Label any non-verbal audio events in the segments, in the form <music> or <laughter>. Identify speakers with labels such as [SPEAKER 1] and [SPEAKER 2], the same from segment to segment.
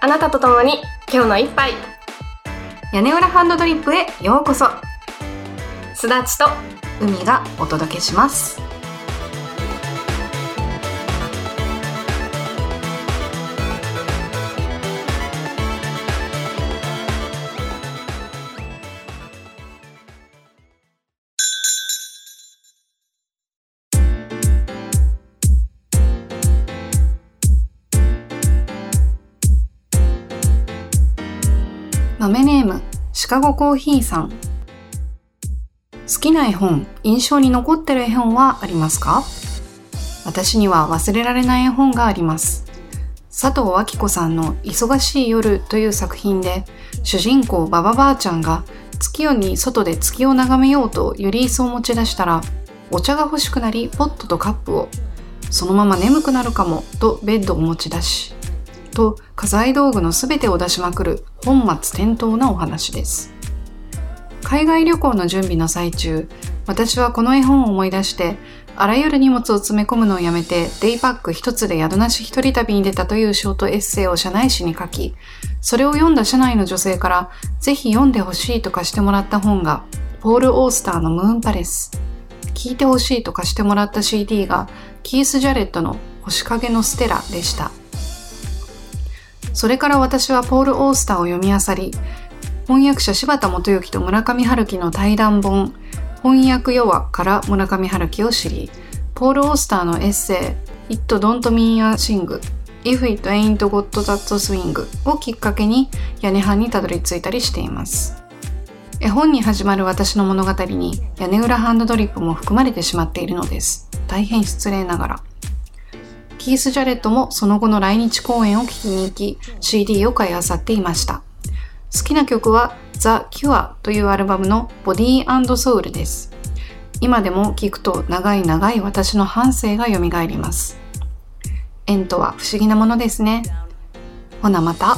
[SPEAKER 1] あなたと共に今日の一杯
[SPEAKER 2] 屋根裏ハンドドリップへようこそ
[SPEAKER 1] すだちと
[SPEAKER 2] 海がお届けします豆ネームシカゴコーヒーさん好きな絵本印象に残ってる絵本はありますか私には忘れられない絵本があります佐藤明子さんの「忙しい夜」という作品で主人公ババばあちゃんが月夜に外で月を眺めようとユリースを持ち出したらお茶が欲しくなりポットとカップをそのまま眠くなるかもとベッドを持ち出しと家財道具のすべてを出しまくる本末転倒なお話です海外旅行の準備の最中私はこの絵本を思い出してあらゆる荷物を詰め込むのをやめてデイパック一つで宿なし一人旅に出たというショートエッセイを社内誌に書きそれを読んだ社内の女性からぜひ読んでほしいと貸してもらった本がポール・オースターのムーンパレス聴いてほしいと貸してもらった CD がキース・ジャレットの星影のステラでしたそれから私はポール・オースターを読み漁り、翻訳者柴田元幸と村上春樹の対談本、翻訳夜話から村上春樹を知り、ポール・オースターのエッセイ、It Don't Mean a Sing, If It Ain't Got That Swing をきっかけに屋根班にたどり着いたりしています。絵本に始まる私の物語に屋根裏ハンドドリップも含まれてしまっているのです。大変失礼ながら。キース・ジャレットもその後の来日公演を聞きに行き、CD を買い漁っていました。好きな曲は The Cure というアルバムの Body and Soul です。今でも聴くと長い長い私の半生が蘇ります。縁とは不思議なものですね。ほなまた。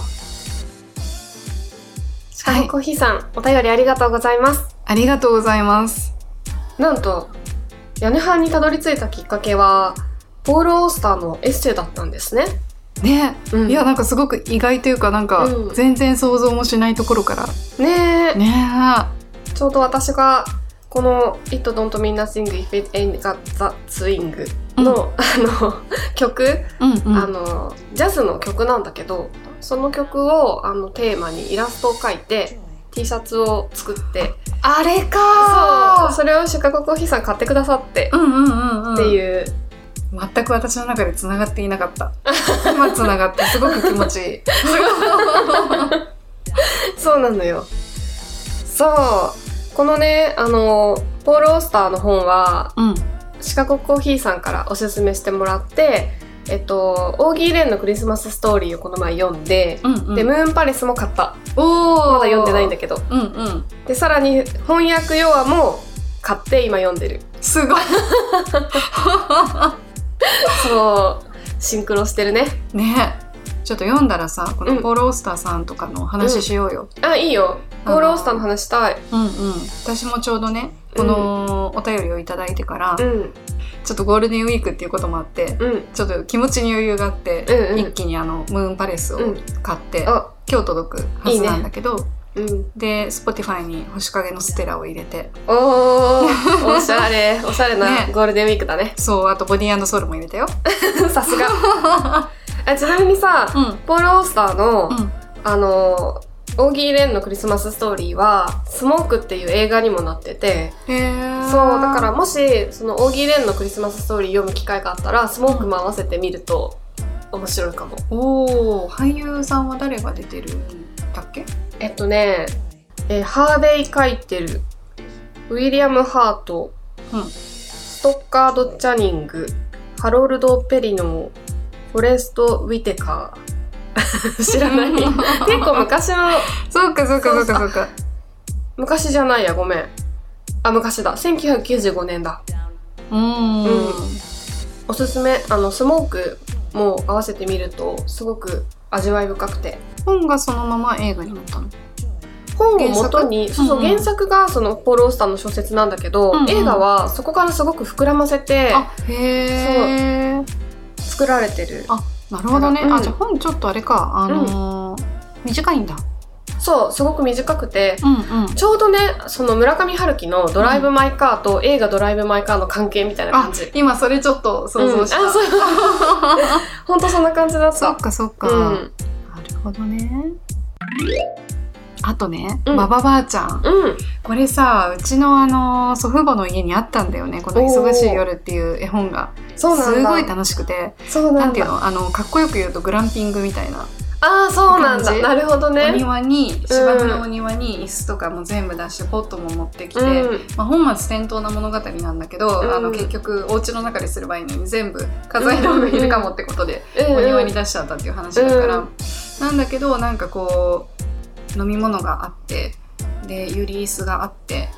[SPEAKER 1] シカゴコーヒーさん、お便りありがとうございます
[SPEAKER 2] ありがとうございます。
[SPEAKER 1] なんと屋根班にたどり着いたきっかけはポール・オースターのエッセイだったんですね、
[SPEAKER 2] ね、
[SPEAKER 1] うん
[SPEAKER 2] いやなんかすごく意外というかなんか
[SPEAKER 1] うん
[SPEAKER 2] 全然想像もしないところから、
[SPEAKER 1] ねえ
[SPEAKER 2] ね
[SPEAKER 1] ちょうど私がこの「It Don't Mean Nothing If It Ain't Got That Swing の」あの <laughs> 曲、
[SPEAKER 2] え、うんうん、
[SPEAKER 1] あのジャズの曲なんだけどその曲をあのテーマにイラストを描いて T シャツを作って
[SPEAKER 2] あれ
[SPEAKER 1] そう
[SPEAKER 2] か
[SPEAKER 1] それをシカゴコーヒーさん買ってくださって
[SPEAKER 2] う、うんうんうんうん
[SPEAKER 1] っていう
[SPEAKER 2] 全く私の中で繋がっていなかった。今繋がってすごく気持ちい
[SPEAKER 1] <laughs>
[SPEAKER 2] い。
[SPEAKER 1] そうなのよそうこのねあのポール・オースターの本は
[SPEAKER 2] うん。
[SPEAKER 1] シカゴコーヒーさんからおすすめしてもらってえっとオーギー・レンのクリスマスストーリーをこの前読んで、
[SPEAKER 2] うん、うん。
[SPEAKER 1] でムーンパレスも買った
[SPEAKER 2] おー
[SPEAKER 1] まだ読んでないんだけど
[SPEAKER 2] うんうん。
[SPEAKER 1] でさらに翻訳用話も買って今読んでる
[SPEAKER 2] すごい。
[SPEAKER 1] そうシンクロしてるね
[SPEAKER 2] ねちょっと読んだらさ、
[SPEAKER 1] う
[SPEAKER 2] この
[SPEAKER 1] ん
[SPEAKER 2] ポール・オースターさんとかのお話しようよ。
[SPEAKER 1] あいいよポール・オースターの話したい
[SPEAKER 2] うん、うん、私もちょうどね、このお便りをいただいてから、
[SPEAKER 1] うん
[SPEAKER 2] ちょっとゴールデンウィークっていうこともあって、
[SPEAKER 1] うん
[SPEAKER 2] ちょっと気持ちに余裕があって、
[SPEAKER 1] うんうん
[SPEAKER 2] 一気にあの、ムーンパレスを買って、
[SPEAKER 1] あ
[SPEAKER 2] 今日届くはずなんだけど、
[SPEAKER 1] うん
[SPEAKER 2] で、Spotify に星影のステラを入れて、
[SPEAKER 1] お
[SPEAKER 2] <laughs>
[SPEAKER 1] ーおしゃれおしゃれな
[SPEAKER 2] ね
[SPEAKER 1] ゴールデンウィークだね
[SPEAKER 2] そう、あとボディソウルも入れたよ。
[SPEAKER 1] <laughs> さすが <laughs> あちなみにさ
[SPEAKER 2] うん。
[SPEAKER 1] ポール・オースターの、
[SPEAKER 2] うん。
[SPEAKER 1] あのオーギー・レンのクリスマスストーリーは「スモーク」っていう映画にもなってて
[SPEAKER 2] へえ。
[SPEAKER 1] そうだからもしそのオーギー・レンのクリスマスストーリー読む機会があったらスモークも合わせてみると面白いかも
[SPEAKER 2] おお、俳優さんは誰が出てるんだっけ？
[SPEAKER 1] えっとね、えーハーベイ・カイテル、ウィリアム・ハート、
[SPEAKER 2] うん
[SPEAKER 1] ストッカード・チャニング、ハロルド・ペリノー、フォレスト・ウィテカー。 <laughs> 知らない
[SPEAKER 2] <laughs>
[SPEAKER 1] 結構昔の、
[SPEAKER 2] そうかそうかそうかそうか。
[SPEAKER 1] 昔じゃないや、ごめん。あ、昔だ。1995年だ。
[SPEAKER 2] うーん。
[SPEAKER 1] うんおすすめ、あの、スモークも合わせてみると、すごく味わい深くて。
[SPEAKER 2] 本がそのまま映画になったの。
[SPEAKER 1] 本を元に、
[SPEAKER 2] 原作
[SPEAKER 1] そうそう、
[SPEAKER 2] うんうん
[SPEAKER 1] 原作がそのポール・オースターの小説なんだけど、
[SPEAKER 2] うんうん
[SPEAKER 1] 映画はそこからすごく膨らませて
[SPEAKER 2] あ、へえ。
[SPEAKER 1] 作られてる。
[SPEAKER 2] なるほどね。
[SPEAKER 1] うん
[SPEAKER 2] あ、じゃあ本ちょっとあれか、あのー短いんだ。
[SPEAKER 1] そう、すごく短くて、
[SPEAKER 2] うんうん。
[SPEAKER 1] ちょうどね、その村上春樹のドライブ・マイ・カーと映画ドライブ・マイ・カーの関係みたいな
[SPEAKER 2] あ
[SPEAKER 1] 感じ。、
[SPEAKER 2] 今それちょっと想像した。
[SPEAKER 1] うんあそう
[SPEAKER 2] <laughs>
[SPEAKER 1] ほんとそんな感じだっ。
[SPEAKER 2] そったかそっか。
[SPEAKER 1] うん。
[SPEAKER 2] なるほどね。あとね、
[SPEAKER 1] うん
[SPEAKER 2] ババばあちゃん。
[SPEAKER 1] うん。
[SPEAKER 2] これさ、うちのあの、祖父母の家にあったんだよね。この忙しい夜っていう絵本が。
[SPEAKER 1] そうなんだ。
[SPEAKER 2] すごい楽しくて。
[SPEAKER 1] そう
[SPEAKER 2] な
[SPEAKER 1] なんん
[SPEAKER 2] ていう
[SPEAKER 1] だ。
[SPEAKER 2] のあの、かっこよく言うとグランピングみたいな。
[SPEAKER 1] ああ、そうなんだ
[SPEAKER 2] 感。じ
[SPEAKER 1] なるほど
[SPEAKER 2] お
[SPEAKER 1] ね。
[SPEAKER 2] 庭に、芝生のお庭に椅子とかも全部出して、ポットも持ってきて、
[SPEAKER 1] うん。
[SPEAKER 2] まあ、本末転倒な物語なんだけど、
[SPEAKER 1] うん
[SPEAKER 2] あの結局お家の中でする場合に全部数える方がいるかもってことで、
[SPEAKER 1] うん
[SPEAKER 2] お庭に出しちゃったっていう話だから、
[SPEAKER 1] うん
[SPEAKER 2] なんだけどなんかこう飲み物があってでユリ椅子があって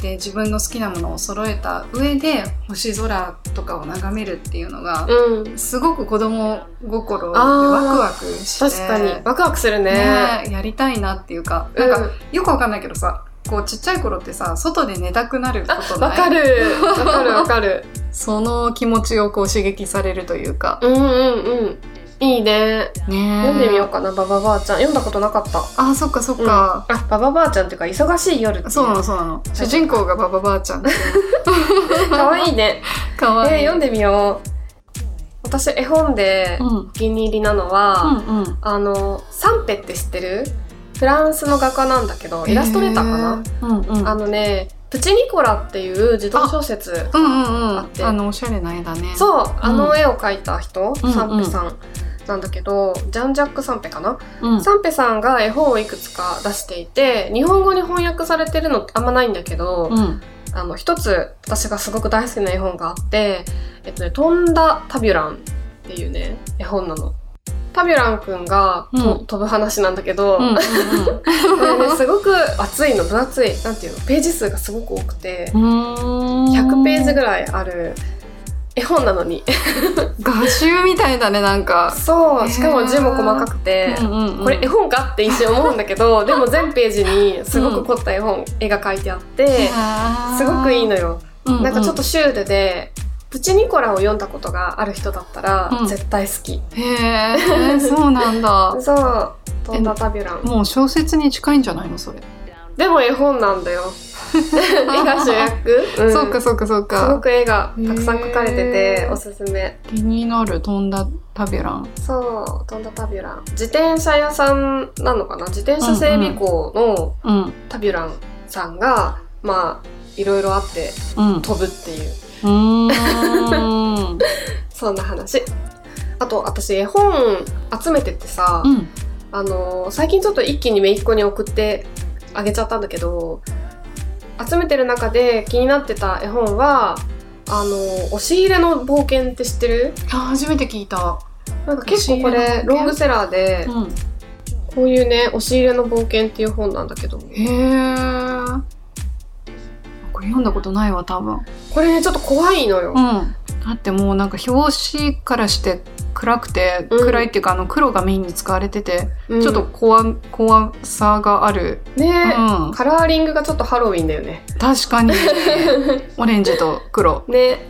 [SPEAKER 2] で自分の好きなものを揃えた上で星空とかを眺めるっていうのが、
[SPEAKER 1] うん。
[SPEAKER 2] すごく子供心で
[SPEAKER 1] あー
[SPEAKER 2] ワクワクして
[SPEAKER 1] 確かに。ワクワクするね。
[SPEAKER 2] ねやりたいなっていうかなんか、
[SPEAKER 1] うん
[SPEAKER 2] よくわかんないけどさこうちっちゃい頃ってさ外で寝たくなることない
[SPEAKER 1] わかる。わか <laughs> るわかる。
[SPEAKER 2] その気持ちをこう刺激されるというか、
[SPEAKER 1] うんうんうん。いいね。
[SPEAKER 2] ね
[SPEAKER 1] 読んでみようかな、ババばあちゃん。読んだことなかった。
[SPEAKER 2] あそっかそっ
[SPEAKER 1] うん
[SPEAKER 2] か、
[SPEAKER 1] あ、ババばあちゃんっていうか、忙しい夜ってい
[SPEAKER 2] そうなのそうなの主人公がババばあ
[SPEAKER 1] <laughs>
[SPEAKER 2] ちゃんって
[SPEAKER 1] かわいいね。
[SPEAKER 2] か
[SPEAKER 1] え
[SPEAKER 2] わいい、
[SPEAKER 1] ー読んでみよう。私、絵本で
[SPEAKER 2] うん、う
[SPEAKER 1] お気に入りなのは、
[SPEAKER 2] んうん
[SPEAKER 1] あの、サンペって知ってるフランスの画家なんだけど、イラストレーターかな、
[SPEAKER 2] へーうんうん
[SPEAKER 1] あのね、プチニコラっていう児童小説。
[SPEAKER 2] うんうんう
[SPEAKER 1] あ
[SPEAKER 2] ん
[SPEAKER 1] って
[SPEAKER 2] あのおしゃれな絵だねう、
[SPEAKER 1] そう、あの絵を描いた人、
[SPEAKER 2] うん
[SPEAKER 1] サンペさんなんだけど、ジャン・ジャック・サンペかな、
[SPEAKER 2] うん、
[SPEAKER 1] サンペさんが絵本をいくつか出していて、日本語に翻訳されてるのってあんまないんだけど、
[SPEAKER 2] うん
[SPEAKER 1] あの、一つ私がすごく大好きな絵本があって、えっとね、飛んだタビュランっていうね、絵本なの。タビュランくんが、と
[SPEAKER 2] うん
[SPEAKER 1] 飛ぶ話なんだけど、
[SPEAKER 2] <laughs> うんうん
[SPEAKER 1] これね、すごく厚いの、分厚い。なんていうの、ページ数がすごく多くて、
[SPEAKER 2] うん、うーん
[SPEAKER 1] 100ページぐらいある絵本なのに。
[SPEAKER 2] 画集みたいだねなんか、
[SPEAKER 1] そう、しか
[SPEAKER 2] へ
[SPEAKER 1] も
[SPEAKER 2] ー
[SPEAKER 1] 字も細かくて、
[SPEAKER 2] うんうんうん、
[SPEAKER 1] これ絵本かって一瞬思うんだけ
[SPEAKER 2] <laughs>
[SPEAKER 1] ど、でも全ページにすごく凝った絵本、絵が描いてあって、すごくいいのよ。
[SPEAKER 2] の
[SPEAKER 1] なんかちょっとシュールで、プチニコラを読んだことがある人だったら
[SPEAKER 2] うん
[SPEAKER 1] 絶対好き。
[SPEAKER 2] へえ、そうなん <laughs> だ。
[SPEAKER 1] そう、飛んだタビュラン。
[SPEAKER 2] もう小説に近いんじゃないのそれ。
[SPEAKER 1] でも絵本なんだよ。
[SPEAKER 2] <laughs>
[SPEAKER 1] 絵が主役、うん
[SPEAKER 2] そうかそうかそう
[SPEAKER 1] すご
[SPEAKER 2] か。
[SPEAKER 1] く絵がたくさん描かれて
[SPEAKER 2] へ
[SPEAKER 1] て
[SPEAKER 2] ー
[SPEAKER 1] おすすめ。
[SPEAKER 2] 気になる飛んだタビュラン。
[SPEAKER 1] そう、飛んだタビュラン。自転車屋さんなのかな自転車整備工の
[SPEAKER 2] うん
[SPEAKER 1] タビュランさんが、まあ、いろいろあって
[SPEAKER 2] うん。う
[SPEAKER 1] 飛ぶっていう、
[SPEAKER 2] ーん。
[SPEAKER 1] そんな話。あと、私絵本集めてってさ、
[SPEAKER 2] うん。
[SPEAKER 1] あのー最近ちょっと一気にめいっ子に送ってあげちゃったんだけど集めてる中で気になってた絵本はあのー押し入れの冒険って知ってる
[SPEAKER 2] あ初めて聞いた。
[SPEAKER 1] なんか結構こ
[SPEAKER 2] 押し入
[SPEAKER 1] れ
[SPEAKER 2] れの冒険
[SPEAKER 1] ロングセラーで
[SPEAKER 2] うん。
[SPEAKER 1] こういうね押し入れの冒険っていう本なんだけど
[SPEAKER 2] へえ。これ読んだことないわ多分。
[SPEAKER 1] これねちょっと怖いのよ、
[SPEAKER 2] うん。だってもうなんか表紙からして暗くて、
[SPEAKER 1] うん
[SPEAKER 2] 暗いっていうかあの黒がメインに使われてて、
[SPEAKER 1] うん
[SPEAKER 2] ちょっと怖怖さがある。
[SPEAKER 1] ね、
[SPEAKER 2] うん。
[SPEAKER 1] カラーリングがちょっとハロウィンだよね
[SPEAKER 2] 確かに
[SPEAKER 1] <laughs>
[SPEAKER 2] オレンジと黒
[SPEAKER 1] ね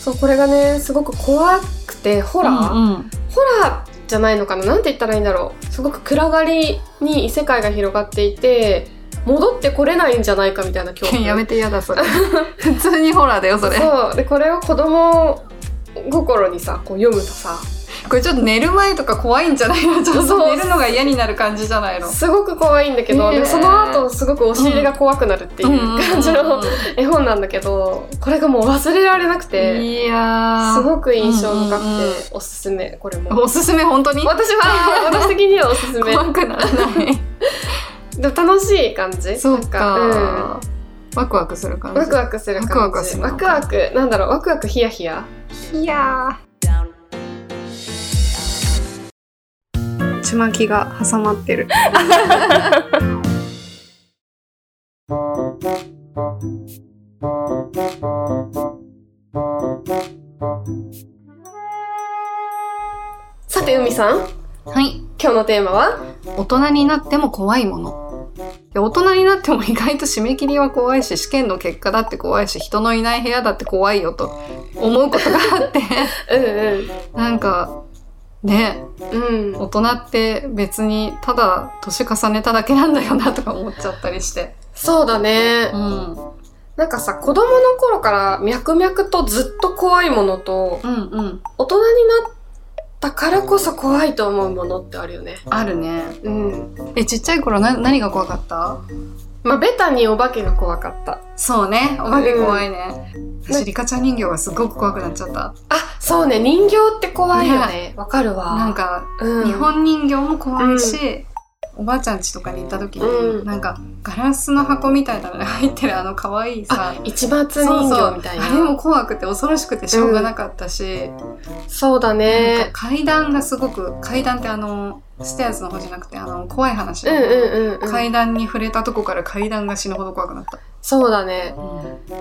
[SPEAKER 1] そうこれがねすごく怖くてホ
[SPEAKER 2] ほ
[SPEAKER 1] ラ
[SPEAKER 2] ら、
[SPEAKER 1] ー、
[SPEAKER 2] うんうん
[SPEAKER 1] ホラーじゃないのかななんて言ったらいいんだろうすごく暗がりに異世界が広がっていて戻ってこれないんじゃないかみたいな恐怖
[SPEAKER 2] <laughs> やめてや
[SPEAKER 1] <laughs>
[SPEAKER 2] だそれ普通にホラーだよそれ
[SPEAKER 1] そうでこれを子供心にさこう読むとさ
[SPEAKER 2] これちょっと寝る前とか怖いんじゃないのちょっ
[SPEAKER 1] そ
[SPEAKER 2] と
[SPEAKER 1] う
[SPEAKER 2] 寝るのが嫌になる感じじゃないの
[SPEAKER 1] すごく怖いんだけど、
[SPEAKER 2] へー
[SPEAKER 1] でその後すごく押し入れが怖くなるっていう感じの絵本なんだけどこれがもう忘れられなくて
[SPEAKER 2] いやー
[SPEAKER 1] すごく印象深
[SPEAKER 2] うんうん
[SPEAKER 1] くておすすめこれも
[SPEAKER 2] おすすめ本当に
[SPEAKER 1] 私は
[SPEAKER 2] <laughs>
[SPEAKER 1] 私的にはおすすめ
[SPEAKER 2] 怖くならない
[SPEAKER 1] でも楽しい感じ
[SPEAKER 2] そ
[SPEAKER 1] な
[SPEAKER 2] う
[SPEAKER 1] んうん
[SPEAKER 2] か、ワクワクする感じ
[SPEAKER 1] ワクワクする感じ。
[SPEAKER 2] ワクワクするの
[SPEAKER 1] ワクワクなんだろう、ワクワクヒヤヒヤ。
[SPEAKER 2] いやーちまきが挟まってる
[SPEAKER 1] さて、海さん、
[SPEAKER 2] はい
[SPEAKER 1] 今日のテーマは
[SPEAKER 2] 大人になっても怖いもので大人になっても意外と締め切りは怖いし試験の結果だって怖いし人のいない <laughs> 部屋だって怖いよと思うことがあって
[SPEAKER 1] うんうん。
[SPEAKER 2] なんかね、
[SPEAKER 1] うん
[SPEAKER 2] 大人って別にただ年重ねただけなんだよなとか思っちゃったりして。
[SPEAKER 1] そうだね、
[SPEAKER 2] うん。
[SPEAKER 1] なんかさ子供の頃から脈々とずっと怖いものと
[SPEAKER 2] うんうん。
[SPEAKER 1] 大人になったからこそ怖いと思うものってあるよね
[SPEAKER 2] あるね。
[SPEAKER 1] うん
[SPEAKER 2] え、ちっちゃい頃な、何が怖かった
[SPEAKER 1] まあベタにお化けが怖かった
[SPEAKER 2] そうね。お化け怖いね。私、リカちゃん人形がすごく怖くなっちゃった。
[SPEAKER 1] あそうね人形って怖いよねわ、かるわ
[SPEAKER 2] なん、か、
[SPEAKER 1] うん、
[SPEAKER 2] 日本人形も怖いし、おばあちゃん家とかに行った時に、
[SPEAKER 1] うん
[SPEAKER 2] なんか、ガラスの箱みたいなのに入ってるあの可愛いさ、
[SPEAKER 1] 一松人形みたいな
[SPEAKER 2] あれも怖くて恐ろしくてしょうがなかったし、
[SPEAKER 1] そうだ
[SPEAKER 2] なん
[SPEAKER 1] ね
[SPEAKER 2] か階段がすごく階段ってあのステアーズの方じゃなくてあの怖い話、
[SPEAKER 1] うんうんうん、うん、
[SPEAKER 2] 階段に触れたとこから階段が死ぬほど怖くなった、
[SPEAKER 1] そうだね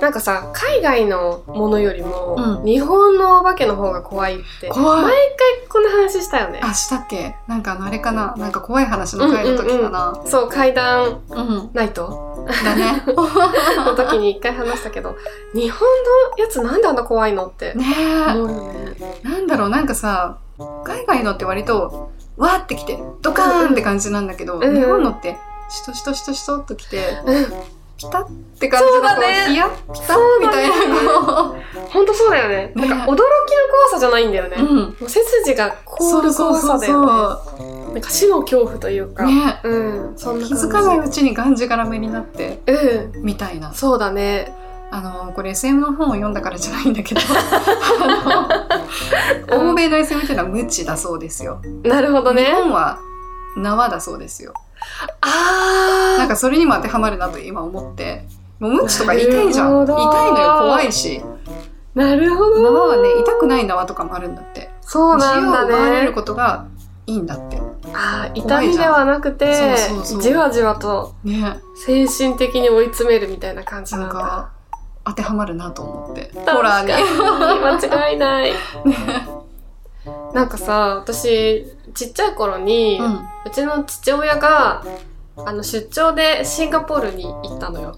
[SPEAKER 1] なんかさ海外のものよりも、
[SPEAKER 2] うん
[SPEAKER 1] 日本のお化けの方が怖いって毎
[SPEAKER 2] 怖い
[SPEAKER 1] 回この話したよね
[SPEAKER 2] あしたっけなんかあのあれかななんか怖い話の回の時かな
[SPEAKER 1] そう階段
[SPEAKER 2] うん、
[SPEAKER 1] ナイト <laughs>
[SPEAKER 2] だね <laughs>
[SPEAKER 1] の時に一回話したけど日本のやつなんであんな怖いのって
[SPEAKER 2] ね
[SPEAKER 1] 思うよね
[SPEAKER 2] えなんだろうなんかさ海外のって割とわーってきてドカーンって感じなんだけど、
[SPEAKER 1] うん
[SPEAKER 2] 日本のってしとしとしとしとっときて
[SPEAKER 1] うん
[SPEAKER 2] ピタッって感じの
[SPEAKER 1] そう
[SPEAKER 2] こ
[SPEAKER 1] だ
[SPEAKER 2] う
[SPEAKER 1] ね
[SPEAKER 2] ヒヤッピタッみたいなこう
[SPEAKER 1] ほんとそうだよねなんか
[SPEAKER 2] ね
[SPEAKER 1] 驚きの怖さじゃないんだよね、
[SPEAKER 2] うん
[SPEAKER 1] もう背筋が凍る怖さだよねなんか死の恐怖というか、
[SPEAKER 2] ね
[SPEAKER 1] うんそんな
[SPEAKER 2] 気
[SPEAKER 1] 感じ
[SPEAKER 2] づかないうちにがんじがらめになって
[SPEAKER 1] うん
[SPEAKER 2] みたいな
[SPEAKER 1] そうだね
[SPEAKER 2] あのこれ SM の本を読んだからじゃないん
[SPEAKER 1] <laughs>
[SPEAKER 2] だけどあの欧米の SM っていうのは無知だそうですよ
[SPEAKER 1] なるほど
[SPEAKER 2] 日
[SPEAKER 1] ね
[SPEAKER 2] 本は縄だそうですよ
[SPEAKER 1] あ
[SPEAKER 2] <laughs> なんかそれにも当てはまるなと今思ってもう無知とか痛いじゃ
[SPEAKER 1] なる
[SPEAKER 2] ん
[SPEAKER 1] ほ
[SPEAKER 2] 痛
[SPEAKER 1] ど
[SPEAKER 2] いのよ怖いし
[SPEAKER 1] ーなるほど
[SPEAKER 2] 縄はね痛くない縄とかもあるんだって
[SPEAKER 1] そう
[SPEAKER 2] 自
[SPEAKER 1] な
[SPEAKER 2] 由
[SPEAKER 1] ん
[SPEAKER 2] を奪われ
[SPEAKER 1] だ
[SPEAKER 2] る
[SPEAKER 1] ね
[SPEAKER 2] ことがいいんだって
[SPEAKER 1] あー痛みではなくて
[SPEAKER 2] 怖いじゃんそうそうそう
[SPEAKER 1] じわじわと
[SPEAKER 2] ね
[SPEAKER 1] 精神的に追い詰めるみたいな感じ
[SPEAKER 2] な
[SPEAKER 1] なんん
[SPEAKER 2] か
[SPEAKER 1] <laughs> だ
[SPEAKER 2] 当てはまるなと思ってホ
[SPEAKER 1] 確
[SPEAKER 2] ラ
[SPEAKER 1] か
[SPEAKER 2] ー
[SPEAKER 1] に
[SPEAKER 2] に
[SPEAKER 1] 間違いない <laughs> なんかさ私ちっちゃい頃に、う
[SPEAKER 2] うん
[SPEAKER 1] ちの父親があの出張でシンガポールに行ったのよ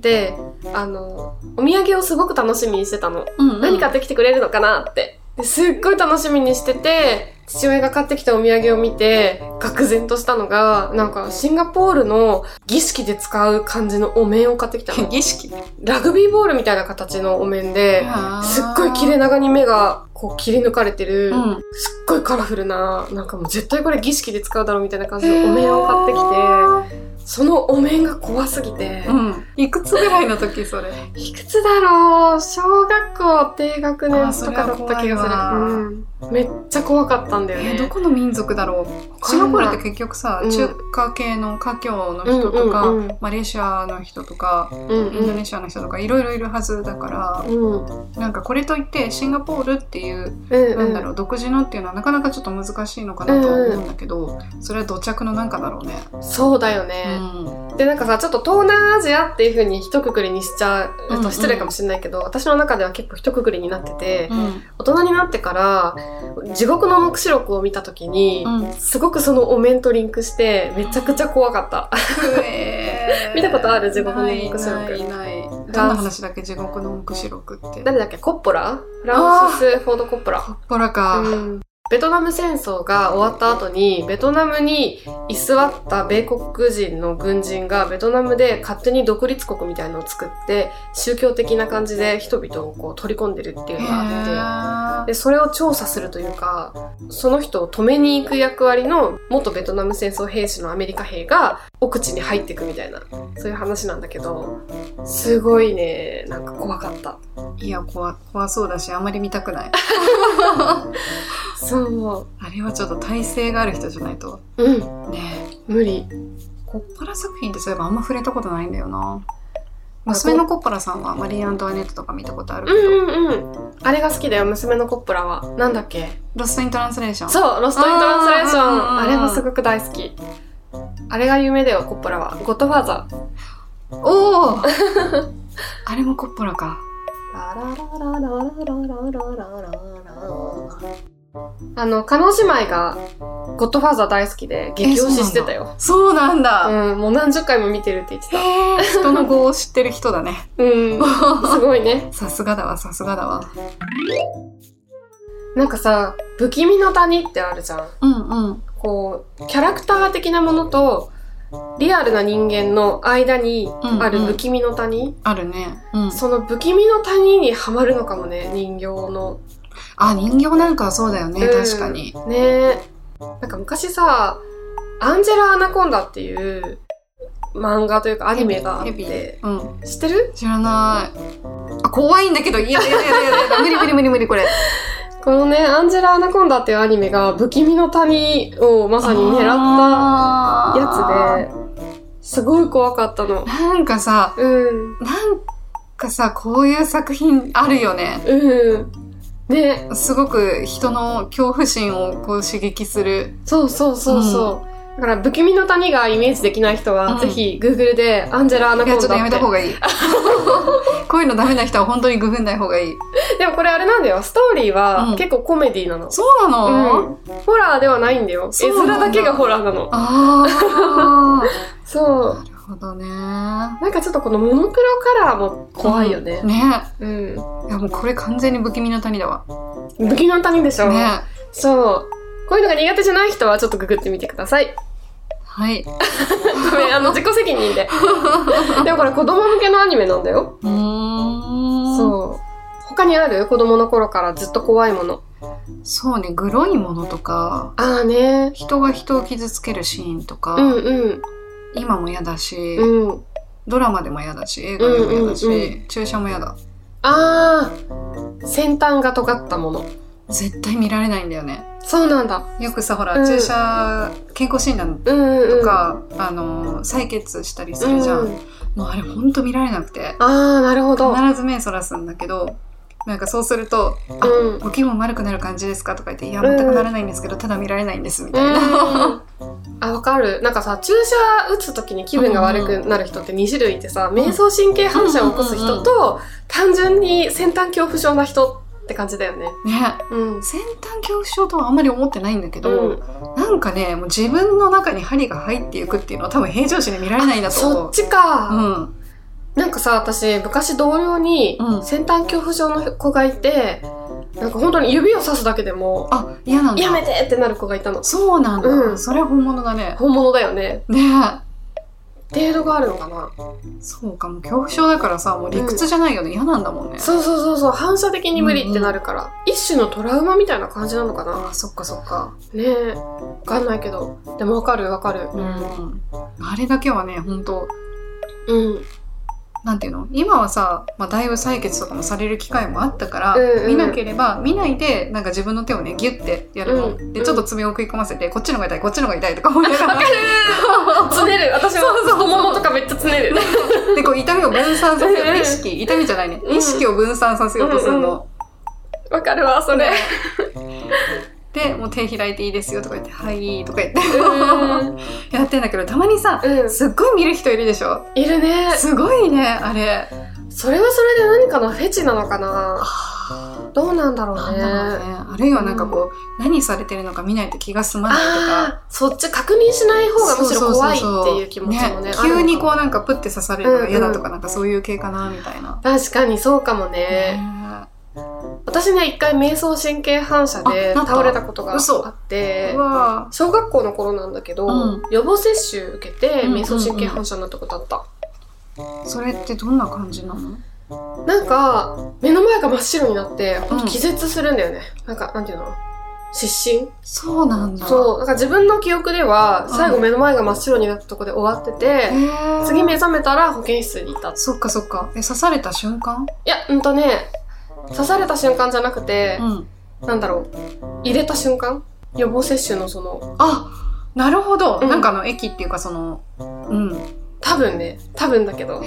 [SPEAKER 1] であのお土産をすごく楽しみにしてたの
[SPEAKER 2] うんうん
[SPEAKER 1] 何買ってきてくれるのかなって。ですっごい楽しみにしてて、父親が買ってきたお土産を見て、愕然としたのが、なんかシンガポールの儀式で使う感じのお面を買ってきた
[SPEAKER 2] <laughs>
[SPEAKER 1] の。
[SPEAKER 2] 儀式
[SPEAKER 1] ラグビーボールみたいな形のお面で、すっごい切れ長に目がこう切り抜かれてる、
[SPEAKER 2] うん、
[SPEAKER 1] すっごいカラフルな、なんかもう絶対これ儀式で使うだろうみたいな感じのお面を買ってき
[SPEAKER 2] き
[SPEAKER 1] て、そのお面が怖すぎて、
[SPEAKER 2] うん、いくつぐらいの時それ
[SPEAKER 1] いくつだろう小学校低学
[SPEAKER 2] あー
[SPEAKER 1] 年
[SPEAKER 2] そ
[SPEAKER 1] と
[SPEAKER 2] れは
[SPEAKER 1] かだった気がする、
[SPEAKER 2] 怖いわ
[SPEAKER 1] うん、めっちゃ怖かったんだ
[SPEAKER 2] え
[SPEAKER 1] よね、
[SPEAKER 2] ーどこの民族だろうシンガポールって結局さ、
[SPEAKER 1] うん
[SPEAKER 2] 中華系の華僑の人とか、
[SPEAKER 1] うんうんうん
[SPEAKER 2] マレーシアの人とか
[SPEAKER 1] うん
[SPEAKER 2] インドネシアの人とかいろいろいるはずだから、
[SPEAKER 1] うん
[SPEAKER 2] なんかこれといってシンガポールっていう、
[SPEAKER 1] うん
[SPEAKER 2] なんだろう独自のっていうのはなかなかちょっと難しいのかなとは思うんだけど、それは土着のなんかだろうね。
[SPEAKER 1] そうだよ
[SPEAKER 2] う
[SPEAKER 1] ね、
[SPEAKER 2] ん
[SPEAKER 1] でなんかさちょっと東南アジアっていう風に一括りにしちゃうと失礼かもしれないけど、私の中では結構一括りになってて、
[SPEAKER 2] うん
[SPEAKER 1] 大人になってから地獄の目視録を見た時に、
[SPEAKER 2] うん
[SPEAKER 1] すごくそのお面とリンクしてめちゃくちゃ怖か
[SPEAKER 2] <laughs>
[SPEAKER 1] った。 <laughs> 見たことある地獄の黙示録
[SPEAKER 2] ないないないどんな話だっけ地獄の黙示録って
[SPEAKER 1] 誰だっけコッポラフランシス・フォード・コッポラ。
[SPEAKER 2] ほらか、
[SPEAKER 1] うんベトナム戦争が終わった後にベトナムに居座った米国人の軍人がベトナムで勝手に独立国みたいのを作って宗教的な感じで人々をこう取り込んでるっていうのがあって。
[SPEAKER 2] へ
[SPEAKER 1] でそれを調査するというかその人を止めに行く役割の元ベトナム戦争兵士のアメリカ兵が奥地に入っていくみたいなそういう話なんだけどすごいねなんか怖かった
[SPEAKER 2] ーいや怖怖そうだしあんまり見たくない
[SPEAKER 1] そ
[SPEAKER 2] あれはちょっと体勢がある人じゃないと
[SPEAKER 1] ううん
[SPEAKER 2] ねえ
[SPEAKER 1] 無理
[SPEAKER 2] コッポラ作品ってそういえばあんま触れたことないんだよな娘のコッポラさんはマリー・アントワネットとか見たことあるけど、
[SPEAKER 1] うんうんうん。あれが好きだよ、娘のコップラは。なんだっけ
[SPEAKER 2] ロスト・イン・トランスレーション
[SPEAKER 1] そう、ロスト・イン・トランスレーション。
[SPEAKER 2] あ
[SPEAKER 1] あ
[SPEAKER 2] ー
[SPEAKER 1] れもすごく大好き。あれが有名だよ、コップラは。ゴッドファーザー。
[SPEAKER 2] おおあれもコッポラか
[SPEAKER 1] あの、カノ姉妹がゴッドファーザー大好きで、激推ししてたよ。
[SPEAKER 2] そうなんだ、
[SPEAKER 1] うん、もう何十回も見てるって言ってた。
[SPEAKER 2] へえ人の語を知ってる人だね
[SPEAKER 1] うん、すごいね。
[SPEAKER 2] さすがだわさすがだわ
[SPEAKER 1] なんかさ、不気味の谷ってあるじゃん。
[SPEAKER 2] うんうん。
[SPEAKER 1] こう、キャラクター的なものと、リアルな人間の間にある不気味の谷、
[SPEAKER 2] あるね。うん。
[SPEAKER 1] その不気味の谷にはまるのかもね、人形の。
[SPEAKER 2] あ、人形なんかはそうだよ
[SPEAKER 1] う
[SPEAKER 2] ね。
[SPEAKER 1] ん
[SPEAKER 2] 確かに。
[SPEAKER 1] ねえ。なんか昔さ、アンジェラ・アナコンダっていう漫画というかアニメがあっ
[SPEAKER 2] ヘビー
[SPEAKER 1] て、
[SPEAKER 2] うん。
[SPEAKER 1] 知ってる
[SPEAKER 2] 知らない。あ、怖いんだけど、いやいやいやいやいや、無理無理無理無理、これ。
[SPEAKER 1] このね、アンジェラ・アナコンダっていうアニメが不気味の谷をまさに狙ったたやつで、すごい怖かったの。
[SPEAKER 2] なんかさ、
[SPEAKER 1] うん。
[SPEAKER 2] なんかさ、こういう作品あるよね。
[SPEAKER 1] うん。ね、
[SPEAKER 2] すごく人の恐怖心をこう刺激する。
[SPEAKER 1] そうそうそうそう。だから、不気味の谷がイメージできない人は、
[SPEAKER 2] うん
[SPEAKER 1] ぜひ、Google で、アンジェラ・アナ
[SPEAKER 2] い
[SPEAKER 1] コン
[SPEAKER 2] や、
[SPEAKER 1] ダ
[SPEAKER 2] ち
[SPEAKER 1] っ
[SPEAKER 2] ょってとやめた方が
[SPEAKER 1] <laughs>
[SPEAKER 2] いい。こういうのダメな人は本当にググんない方がいい。
[SPEAKER 1] でもこれあれなんだよ、ストーリー
[SPEAKER 2] う
[SPEAKER 1] は
[SPEAKER 2] ん
[SPEAKER 1] 結構コメディなの。
[SPEAKER 2] そうなの、
[SPEAKER 1] うんホラーではないんだよ。絵
[SPEAKER 2] そうな
[SPEAKER 1] 面
[SPEAKER 2] んだ
[SPEAKER 1] だけがホラーなの。
[SPEAKER 2] ああ。
[SPEAKER 1] そう。
[SPEAKER 2] なるほどね。
[SPEAKER 1] なんかちょっとこのモノクロカラーも怖いよね。
[SPEAKER 2] ね。
[SPEAKER 1] うん。
[SPEAKER 2] いや、もうこれ完全に不気味の谷だわ。
[SPEAKER 1] 不気味の谷でしょ、
[SPEAKER 2] ね。
[SPEAKER 1] そう。こういうのが苦手じゃない人はちょっとググってみてください。
[SPEAKER 2] はい。う
[SPEAKER 1] ごめん、あ
[SPEAKER 2] <laughs>
[SPEAKER 1] の、自己責任で。でもこれ子供向けのアニメなんだよ。
[SPEAKER 2] ーん。う。
[SPEAKER 1] そう。他にある子供の頃からずっと怖いもの。
[SPEAKER 2] そうね、グロいものとか、
[SPEAKER 1] ああね。
[SPEAKER 2] 人が人を傷つけるシーンとか、
[SPEAKER 1] うんうん。
[SPEAKER 2] 今も嫌だし、
[SPEAKER 1] うん。
[SPEAKER 2] ドラマでも嫌だし、映画でも嫌だし、
[SPEAKER 1] うんうん
[SPEAKER 2] 注射も嫌だ。
[SPEAKER 1] ああ、先端が尖ったもの。
[SPEAKER 2] 絶対見られないんだよね。
[SPEAKER 1] そうなんだ。
[SPEAKER 2] よくさ、ほら、
[SPEAKER 1] うん
[SPEAKER 2] 注射、健康診断
[SPEAKER 1] うんうんうん
[SPEAKER 2] とか、あの、採血したりするじゃん。
[SPEAKER 1] う
[SPEAKER 2] もうあれほんと見られなくて、
[SPEAKER 1] ああなるほど、
[SPEAKER 2] 必ず目そらすんだけど、なんかそうすると、あ、
[SPEAKER 1] うん
[SPEAKER 2] ご気分悪くなる感じですかとか言って、いや、全くならないんですけど、ただ見られないんです、み
[SPEAKER 1] う
[SPEAKER 2] たいな。
[SPEAKER 1] <laughs> んあわかるなんかさ注射打つ時に気分が悪くなる人って2種類ってさ迷走神経反射を起こす人と単純に先端恐怖症な人って感じだよね
[SPEAKER 2] ね。
[SPEAKER 1] うん
[SPEAKER 2] 先端恐怖症とはあんまり思ってないんだけど、
[SPEAKER 1] うん
[SPEAKER 2] なんかねもう自分の中に針が入っていくっていうのは多分平常心で見られないんだと思
[SPEAKER 1] そうっ。ちか、
[SPEAKER 2] うん、
[SPEAKER 1] なんかさ私昔同僚に
[SPEAKER 2] うん
[SPEAKER 1] 先端恐怖症の子がいてなんか本当に指をさすだけでも
[SPEAKER 2] あ嫌なんだ
[SPEAKER 1] やめてってなる子がいたの
[SPEAKER 2] そうなんだ、
[SPEAKER 1] うん
[SPEAKER 2] それは本物だね
[SPEAKER 1] 本物だよね
[SPEAKER 2] ね
[SPEAKER 1] 程度があるのかな
[SPEAKER 2] そうかもう恐怖症だからさもう理屈じゃないよね、嫌なんだもんね
[SPEAKER 1] そうそうそうそう反射的に無理ってなるから、一種のトラウマみたいな感じなのかな
[SPEAKER 2] あそっかそっか
[SPEAKER 1] ねえわかんないけどでもわかるわかる
[SPEAKER 2] うん、あれだけはね本当
[SPEAKER 1] うんうん
[SPEAKER 2] なんていうの今はさ、まあ、だいぶ採血とかもされる機会もあったから、
[SPEAKER 1] うんうん
[SPEAKER 2] 見なければ見ないでなんか自分の手をねギュッてやるの、
[SPEAKER 1] うん
[SPEAKER 2] でちょっと爪を食い込ませてこっちのが痛いこっちのが痛いとか思いながら
[SPEAKER 1] つねる私
[SPEAKER 2] そうそう
[SPEAKER 1] も太ももとかめっちゃつねる
[SPEAKER 2] <laughs> でこう痛みを分散させよ
[SPEAKER 1] うん
[SPEAKER 2] う
[SPEAKER 1] うん
[SPEAKER 2] 意識痛みじゃないね
[SPEAKER 1] うん
[SPEAKER 2] 意識を分散させようとする
[SPEAKER 1] うん
[SPEAKER 2] の、
[SPEAKER 1] わかるわそれ
[SPEAKER 2] でもう手開いていいですよとか言って「はい」とか言って
[SPEAKER 1] うん
[SPEAKER 2] やってんだけどたまにさ
[SPEAKER 1] うん
[SPEAKER 2] すっごい見る人いるでしょ
[SPEAKER 1] いるね
[SPEAKER 2] すごいねあれ
[SPEAKER 1] それはそれで何かのフェチなのかなどうなんだろう
[SPEAKER 2] なん
[SPEAKER 1] ね
[SPEAKER 2] だろうねあるいはなんかこう何されてるのか見ないと気が済まないとか
[SPEAKER 1] ああそっち確認しない方がむしろ怖いって
[SPEAKER 2] そそそ
[SPEAKER 1] いう気持ちもねあるのか
[SPEAKER 2] 急にこうなんかプッて刺されるのが嫌だと
[SPEAKER 1] うん
[SPEAKER 2] かなんかそういう系かなみたいな
[SPEAKER 1] 確かにそうかもね、
[SPEAKER 2] ね
[SPEAKER 1] 私ね一回迷走神経反射で
[SPEAKER 2] あなった
[SPEAKER 1] 倒れたことがあ
[SPEAKER 2] 嘘
[SPEAKER 1] って
[SPEAKER 2] うわ
[SPEAKER 1] 小学校の頃なんだけど、
[SPEAKER 2] うん
[SPEAKER 1] 予防接種受けて
[SPEAKER 2] うん
[SPEAKER 1] 迷走神経反射になったことあった、
[SPEAKER 2] それってどんな感じなの
[SPEAKER 1] なんか目の前が真っ白になってほんと気絶するんだよね、なんかなんていうの失神
[SPEAKER 2] そうなんだ
[SPEAKER 1] そうなんか自分の記憶では
[SPEAKER 2] うん
[SPEAKER 1] 最後目の前が真っ白になったとこで終わって
[SPEAKER 2] へ
[SPEAKER 1] て、
[SPEAKER 2] ー
[SPEAKER 1] 次目覚めたら保健室にいたい
[SPEAKER 2] そっかそっか。え、刺された瞬間
[SPEAKER 1] やうんとね刺された瞬間じゃなくて、
[SPEAKER 2] ん。
[SPEAKER 1] なんだろう入れた瞬間予防接種のその
[SPEAKER 2] あなるほど、
[SPEAKER 1] うん
[SPEAKER 2] なんかあの、駅っていうかその、うん。
[SPEAKER 1] 多分ね多分だけど
[SPEAKER 2] へ
[SPEAKER 1] う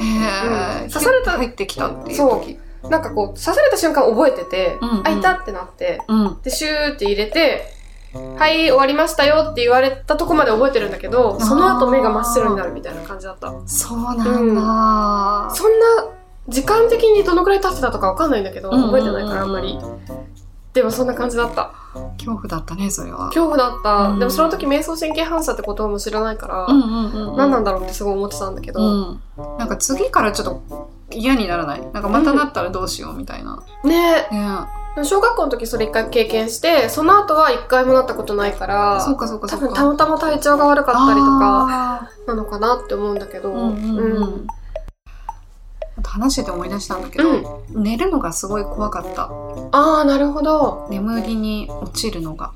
[SPEAKER 2] え。
[SPEAKER 1] ん刺された
[SPEAKER 2] 入ってきたっていう時。
[SPEAKER 1] そうなんかこう刺された瞬間覚えてて、
[SPEAKER 2] うんうん
[SPEAKER 1] あいたってなって
[SPEAKER 2] うん。
[SPEAKER 1] でシューって入れて「はい終わりましたよ」って言われたとこまで覚えてるんだけど
[SPEAKER 2] ー
[SPEAKER 1] その後目が真っ白になるみたいな感じだった
[SPEAKER 2] そうなんだ。
[SPEAKER 1] そんな時間的にどのくらい経ってたとかわかんないんだけど
[SPEAKER 2] うんうんうん
[SPEAKER 1] 覚えてないからあんまりでもそんな感じだった
[SPEAKER 2] 恐怖だったね、それは。
[SPEAKER 1] 恐怖だった、
[SPEAKER 2] うん
[SPEAKER 1] でもその時迷走神経反射って言葉も知らないから、
[SPEAKER 2] うんうんうん。
[SPEAKER 1] 何なん
[SPEAKER 2] だ
[SPEAKER 1] だろうってすごい思ってたんだけど、
[SPEAKER 2] うん。なんか次からちょっと嫌にならない。なんかまたなったらどうしようみたいな。
[SPEAKER 1] ね
[SPEAKER 2] ね
[SPEAKER 1] 小学校の時それ一回経験してその後は一回もなったことないから
[SPEAKER 2] そうかそうかそ
[SPEAKER 1] 多
[SPEAKER 2] うか
[SPEAKER 1] 分たまたま体調が悪かったりとか
[SPEAKER 2] あ
[SPEAKER 1] なのかなって思うんだけど
[SPEAKER 2] ーうんうんう
[SPEAKER 1] うん
[SPEAKER 2] んあと話してて思い出したんだけ
[SPEAKER 1] う
[SPEAKER 2] ど、寝るのがすごい怖かった
[SPEAKER 1] ああなるほど
[SPEAKER 2] 眠りに落ちるのが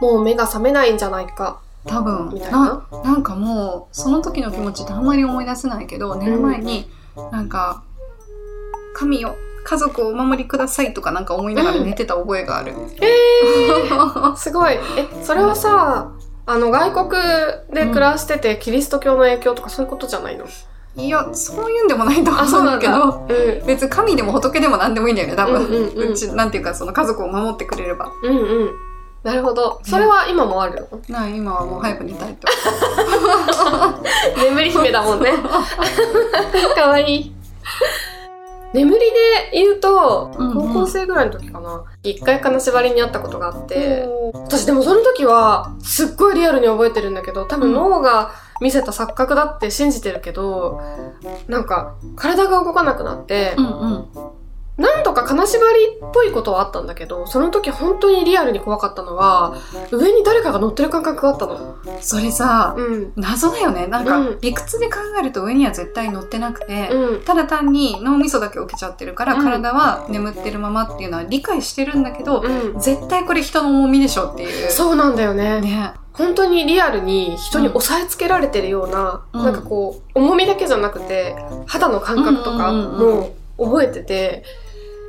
[SPEAKER 1] もう目が覚めないんじゃないか
[SPEAKER 2] 多分
[SPEAKER 1] みたい
[SPEAKER 2] な
[SPEAKER 1] な
[SPEAKER 2] なんかもうその時の気持ちってあんまり思い出せないけど寝る前になんか「神よ家族をお守りください」とかなんか思いながら寝てた覚えがある。 <laughs>
[SPEAKER 1] すごいえそれはさあの外国で暮らしててキリスト教の影響とかそういうことじゃないの
[SPEAKER 2] いやそういうんでもないと
[SPEAKER 1] あ
[SPEAKER 2] 思
[SPEAKER 1] そううんな
[SPEAKER 2] だ
[SPEAKER 1] ん
[SPEAKER 2] け
[SPEAKER 1] だ
[SPEAKER 2] ど
[SPEAKER 1] う
[SPEAKER 2] 別に神でも仏でも何でもいいんだよね多
[SPEAKER 1] んう
[SPEAKER 2] 分。
[SPEAKER 1] んうんう
[SPEAKER 2] うんちなんていうかその家族を守ってくれれば
[SPEAKER 1] うんうんなるほどそれは今もあるの
[SPEAKER 2] なあ今はもう早く寝たいと
[SPEAKER 1] 眠り姫だ
[SPEAKER 2] <laughs>
[SPEAKER 1] もんね <laughs> かわいい眠りで言うと
[SPEAKER 2] うんうん
[SPEAKER 1] 高校生ぐらいの時かな一回金縛りにあったことがあって私でもその時はすっごいリアルに覚えてるんだけど多分脳が見せた錯覚だって信じてるけどなんか体が動かなくなって
[SPEAKER 2] うんうん
[SPEAKER 1] なんとか金縛りっぽいことはあったんだけどその時本当にリアルに怖かったのは上に誰かが乗ってる感覚があったの。
[SPEAKER 2] それさ
[SPEAKER 1] うん
[SPEAKER 2] 謎だよねなんか
[SPEAKER 1] うん
[SPEAKER 2] 理屈で考えると上には絶対乗ってなくて、
[SPEAKER 1] うん
[SPEAKER 2] ただ単に脳みそだけ起きちゃってるから
[SPEAKER 1] うん
[SPEAKER 2] 体は眠ってるままっていうのは理解してるんだけど、
[SPEAKER 1] うん、
[SPEAKER 2] 絶対これ人の重みでしょっていう。
[SPEAKER 1] そうなんだよね
[SPEAKER 2] ね。
[SPEAKER 1] 本当にリアルに人に押さえつけられてるような、
[SPEAKER 2] うん
[SPEAKER 1] なんかこう重みだけじゃなくて肌の感覚とか
[SPEAKER 2] うんうんうんうん
[SPEAKER 1] もう覚えてて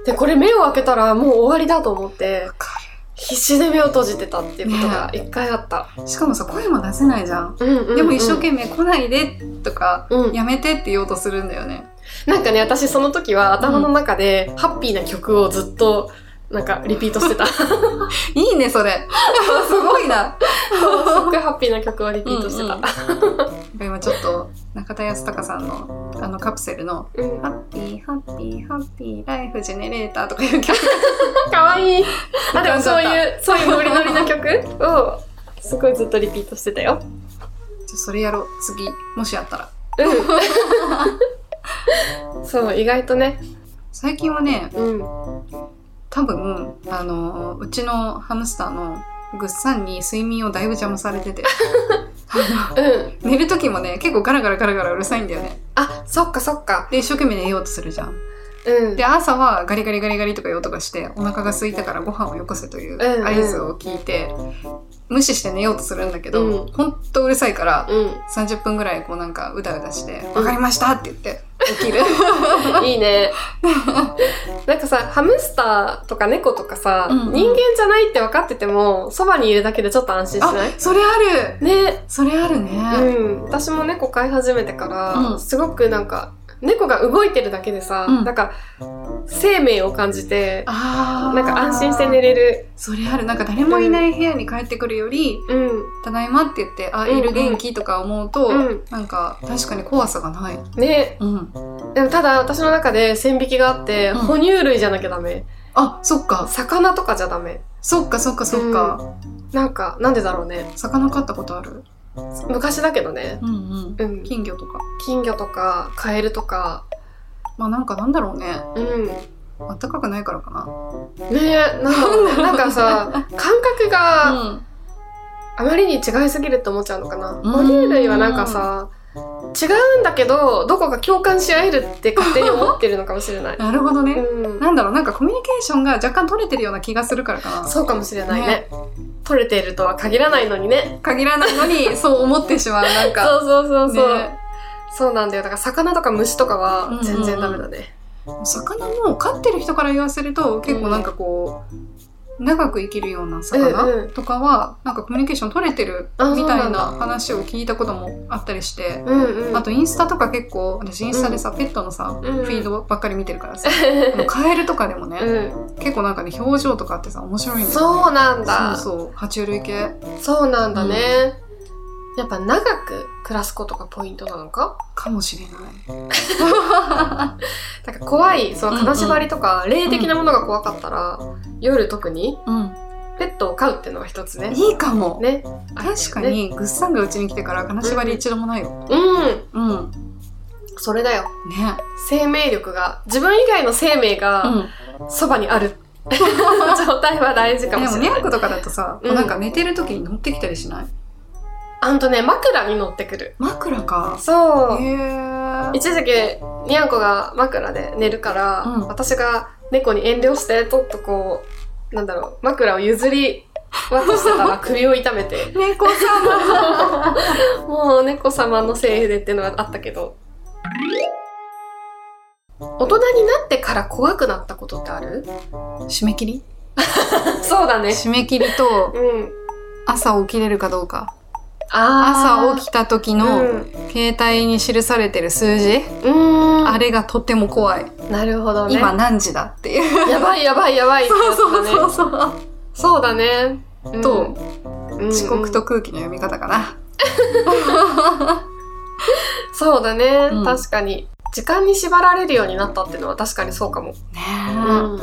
[SPEAKER 1] でこれ目を開けたらもう終わりだと思って
[SPEAKER 2] か
[SPEAKER 1] 必死で目を閉じてたっていうことが一回あった、
[SPEAKER 2] しかもさ声も出せないじゃん。
[SPEAKER 1] うんうんうん
[SPEAKER 2] でも一生懸命来ないでとか、
[SPEAKER 1] うん、
[SPEAKER 2] やめてって言おうとするんだよね。
[SPEAKER 1] なんかね私その時は頭の中でハッピーな曲をずっとなんかリピートしてたす
[SPEAKER 2] いいねそれ。 <laughs> すごいな。
[SPEAKER 1] っごいハッピーな曲をリピートしてた、
[SPEAKER 2] 今ちょっと中田康隆さんのあのカプセルの
[SPEAKER 1] うん
[SPEAKER 2] ハッピーハッピーハッピーライフジェネレーターとかいう曲 <laughs>
[SPEAKER 1] かわいい。あ、でもそういう、そういうノリノリな曲を、すごいずっとリピートしてたよ。
[SPEAKER 2] それやろう次もしやったら
[SPEAKER 1] うん。 <laughs> そう、意外とね。
[SPEAKER 2] 最近はね
[SPEAKER 1] うん。
[SPEAKER 2] 多分あのうちのハムスターのぐっさんに睡眠をだいぶ邪魔されててあ
[SPEAKER 1] うん。
[SPEAKER 2] <laughs> の寝る時もね結構ガラガラガラガラうるさいんだよね
[SPEAKER 1] あ、そっかそっか。
[SPEAKER 2] で一生懸命寝ようとするじゃん
[SPEAKER 1] うん。
[SPEAKER 2] で朝はガリガリガリガリとかいう音がしてお腹が空いたからご飯をよこせという
[SPEAKER 1] うんうん
[SPEAKER 2] 合図を聞いて、無視して寝ようとするんだけど、
[SPEAKER 1] うん
[SPEAKER 2] ほんとうるさいから
[SPEAKER 1] う
[SPEAKER 2] 30分ぐらいこうなんかうだうだして「
[SPEAKER 1] ん
[SPEAKER 2] わかりました」って言って起き
[SPEAKER 1] <laughs>
[SPEAKER 2] る
[SPEAKER 1] ん。いいね。 <laughs> なんかさ、ハムスターとか猫とかさ、
[SPEAKER 2] うんうん
[SPEAKER 1] 人間じゃないって分かってても、そばにいるだけでちょっと安心し
[SPEAKER 2] あ
[SPEAKER 1] ない
[SPEAKER 2] それある
[SPEAKER 1] ね。
[SPEAKER 2] それあるね、
[SPEAKER 1] うん。私も猫飼い始めてから、
[SPEAKER 2] うん
[SPEAKER 1] すごくなんか、猫が動いてるだけでさ、
[SPEAKER 2] うん
[SPEAKER 1] なんか、生命を感じて、
[SPEAKER 2] あー
[SPEAKER 1] なんか安心して寝れる。
[SPEAKER 2] それあるなんか誰もいない部屋に帰ってくるより
[SPEAKER 1] うん。
[SPEAKER 2] 「ただいま」って言って「あ
[SPEAKER 1] うんうん
[SPEAKER 2] いる元気」とか思うと、
[SPEAKER 1] うん
[SPEAKER 2] なんか確かに怖さがない、
[SPEAKER 1] ね
[SPEAKER 2] うん、
[SPEAKER 1] でもただ私の中で線引きがあって、
[SPEAKER 2] うん
[SPEAKER 1] 哺乳類じゃなきゃダメ
[SPEAKER 2] あそっか
[SPEAKER 1] 魚とかじゃダメ
[SPEAKER 2] そっかそっかそっか、
[SPEAKER 1] なんかなんでだろうね
[SPEAKER 2] 魚飼ったことある
[SPEAKER 1] 昔だけどね
[SPEAKER 2] うんうん
[SPEAKER 1] うん
[SPEAKER 2] 金魚とか
[SPEAKER 1] 金魚とかカエルとか
[SPEAKER 2] まあなんかなんだろうね
[SPEAKER 1] うんね
[SPEAKER 2] あったかくないからかな
[SPEAKER 1] えなんだろ <laughs> うねなんかさ感覚が
[SPEAKER 2] うん
[SPEAKER 1] あまりに違いすぎるって思っちゃうのかな
[SPEAKER 2] うん
[SPEAKER 1] 哺乳類はなんかさ違うんだけどどこか共感し合えるって勝手に思ってるのかもしれない
[SPEAKER 2] なるほどね、
[SPEAKER 1] <laughs> うん
[SPEAKER 2] なんだろうなんかコミュニケーションが若干取れてるような気がするからかな
[SPEAKER 1] そうかもしれないね取れているとは限らないのにね
[SPEAKER 2] 限らないのにそう思ってしまうなん
[SPEAKER 1] そ
[SPEAKER 2] か
[SPEAKER 1] うそうそうそう、
[SPEAKER 2] ね
[SPEAKER 1] そうなんだよ。だから魚とか虫とかは全然ダメだね。
[SPEAKER 2] 魚も飼ってる人から言わせると結構なんかこう、長く生きるような
[SPEAKER 1] うんう
[SPEAKER 2] 魚
[SPEAKER 1] ん
[SPEAKER 2] とかはなんかコミュニケーション取れてる
[SPEAKER 1] あ
[SPEAKER 2] みた
[SPEAKER 1] そうないんだ
[SPEAKER 2] な話を聞いたこともあったりして、
[SPEAKER 1] うんうん。
[SPEAKER 2] あとインスタとか結構私インスタでさ、ペットの
[SPEAKER 1] う
[SPEAKER 2] さ、
[SPEAKER 1] ん
[SPEAKER 2] フィードばっかり見てるからさあのカエルとかでもね、
[SPEAKER 1] うん。
[SPEAKER 2] 結構なんかね表情とかあってさ面白いんだよね
[SPEAKER 1] そうなんだ。そう
[SPEAKER 2] そうそう爬虫類系
[SPEAKER 1] なんだね。やっぱ長く暮らすことがポイントなのか
[SPEAKER 2] かもしれない
[SPEAKER 1] だから怖い、その金縛りとか、霊的なものが怖かったら、夜特に
[SPEAKER 2] う
[SPEAKER 1] ペットを飼うっていうのが一つね。
[SPEAKER 2] んいいかも、
[SPEAKER 1] ね。
[SPEAKER 2] 確
[SPEAKER 1] あ
[SPEAKER 2] か
[SPEAKER 1] れ
[SPEAKER 2] にぐっさんがうちに来てから金縛り一度もないよ
[SPEAKER 1] だよね。
[SPEAKER 2] うん、
[SPEAKER 1] うん。それだよ。
[SPEAKER 2] ね
[SPEAKER 1] 生命力が、自分以外の生命
[SPEAKER 2] う
[SPEAKER 1] が
[SPEAKER 2] ん <laughs>
[SPEAKER 1] そばにあるっ状態は大事
[SPEAKER 2] で
[SPEAKER 1] かもし
[SPEAKER 2] も
[SPEAKER 1] れ
[SPEAKER 2] ニ
[SPEAKER 1] ない
[SPEAKER 2] ャンコとかだとさ、
[SPEAKER 1] うん
[SPEAKER 2] なんか寝てる時に乗ってきたりしない
[SPEAKER 1] あんとね枕に乗ってくる
[SPEAKER 2] 枕か。
[SPEAKER 1] そう、
[SPEAKER 2] へー
[SPEAKER 1] 一時期にゃんこが枕で寝るから、
[SPEAKER 2] うん
[SPEAKER 1] 私が猫に遠慮してちょっとこうなんだろう枕を譲り渡して
[SPEAKER 2] <laughs>
[SPEAKER 1] たら首を痛めて
[SPEAKER 2] 猫様
[SPEAKER 1] もう猫様のせいでっていうのがあったけど大人になってから怖くなったことってある
[SPEAKER 2] <laughs> 締め切り
[SPEAKER 1] そうだね
[SPEAKER 2] 締め切りと
[SPEAKER 1] うん
[SPEAKER 2] 朝起きれるかどうか。
[SPEAKER 1] あ
[SPEAKER 2] 朝起
[SPEAKER 1] き
[SPEAKER 2] きた時の携帯に記されてる数字、
[SPEAKER 1] うんうん
[SPEAKER 2] あれがとても怖い。
[SPEAKER 1] なるほどね
[SPEAKER 2] 今何時だっ
[SPEAKER 1] <laughs>
[SPEAKER 2] ていう。
[SPEAKER 1] やばいやばいやばいってやつだね
[SPEAKER 2] うそう。
[SPEAKER 1] そうだね。
[SPEAKER 2] と
[SPEAKER 1] うん
[SPEAKER 2] 遅刻
[SPEAKER 1] う
[SPEAKER 2] と
[SPEAKER 1] ん
[SPEAKER 2] 空気の読み方かな。
[SPEAKER 1] そうだね、
[SPEAKER 2] うん
[SPEAKER 1] 確かに時間に縛られるようになったっていうのは確かにそうかも、
[SPEAKER 2] ね
[SPEAKER 1] うん